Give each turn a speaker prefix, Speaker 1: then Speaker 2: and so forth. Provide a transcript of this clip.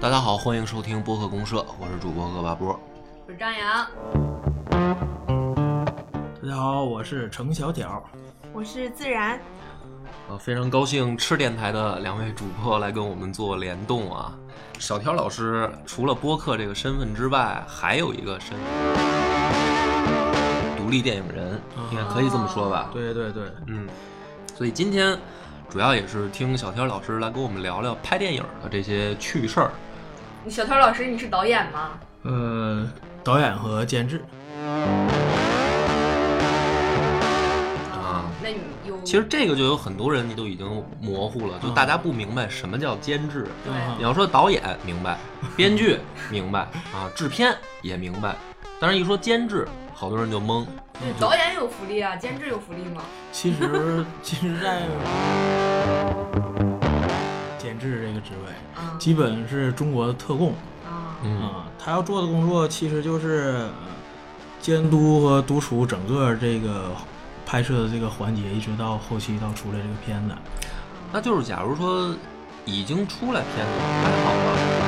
Speaker 1: 大家好，欢迎收听播客公社，我是主播恶霸波。
Speaker 2: 我是张扬，
Speaker 3: 大家好，我是程小屌。
Speaker 4: 我是自然，
Speaker 1: 呃，非常高兴吃电台的两位主播来跟我们做联动啊。小条老师除了播客这个身份之外，还有一个身份，独立电影人，应该可以这么说吧？
Speaker 3: 对对对，
Speaker 1: 嗯，所以今天主要也是听小天老师来跟我们聊聊拍电影的这些趣事儿。
Speaker 2: 你小涛老师，你是导演吗？
Speaker 3: 呃，导演和监制，
Speaker 1: 啊
Speaker 2: 那你有
Speaker 1: 其实这个就有很多人你都已经模糊了，就大家不明白什么叫监制。
Speaker 2: 对
Speaker 3: 啊
Speaker 1: 你要说导演明白，编剧明白啊，制片也明白，但是一说监制，好多人就懵。
Speaker 2: 对导演有福利啊，监制有福利吗？
Speaker 3: 其实其实在监制这个职位，
Speaker 2: 啊
Speaker 3: 基本是中国的特供
Speaker 2: 啊
Speaker 3: 啊、
Speaker 1: 嗯
Speaker 3: 他要做的工作其实就是呃监督和督促整个这个拍摄的这个环节，一直到后期到出来这个片子。
Speaker 1: 那就是假如说已经出来片子了，拍好了，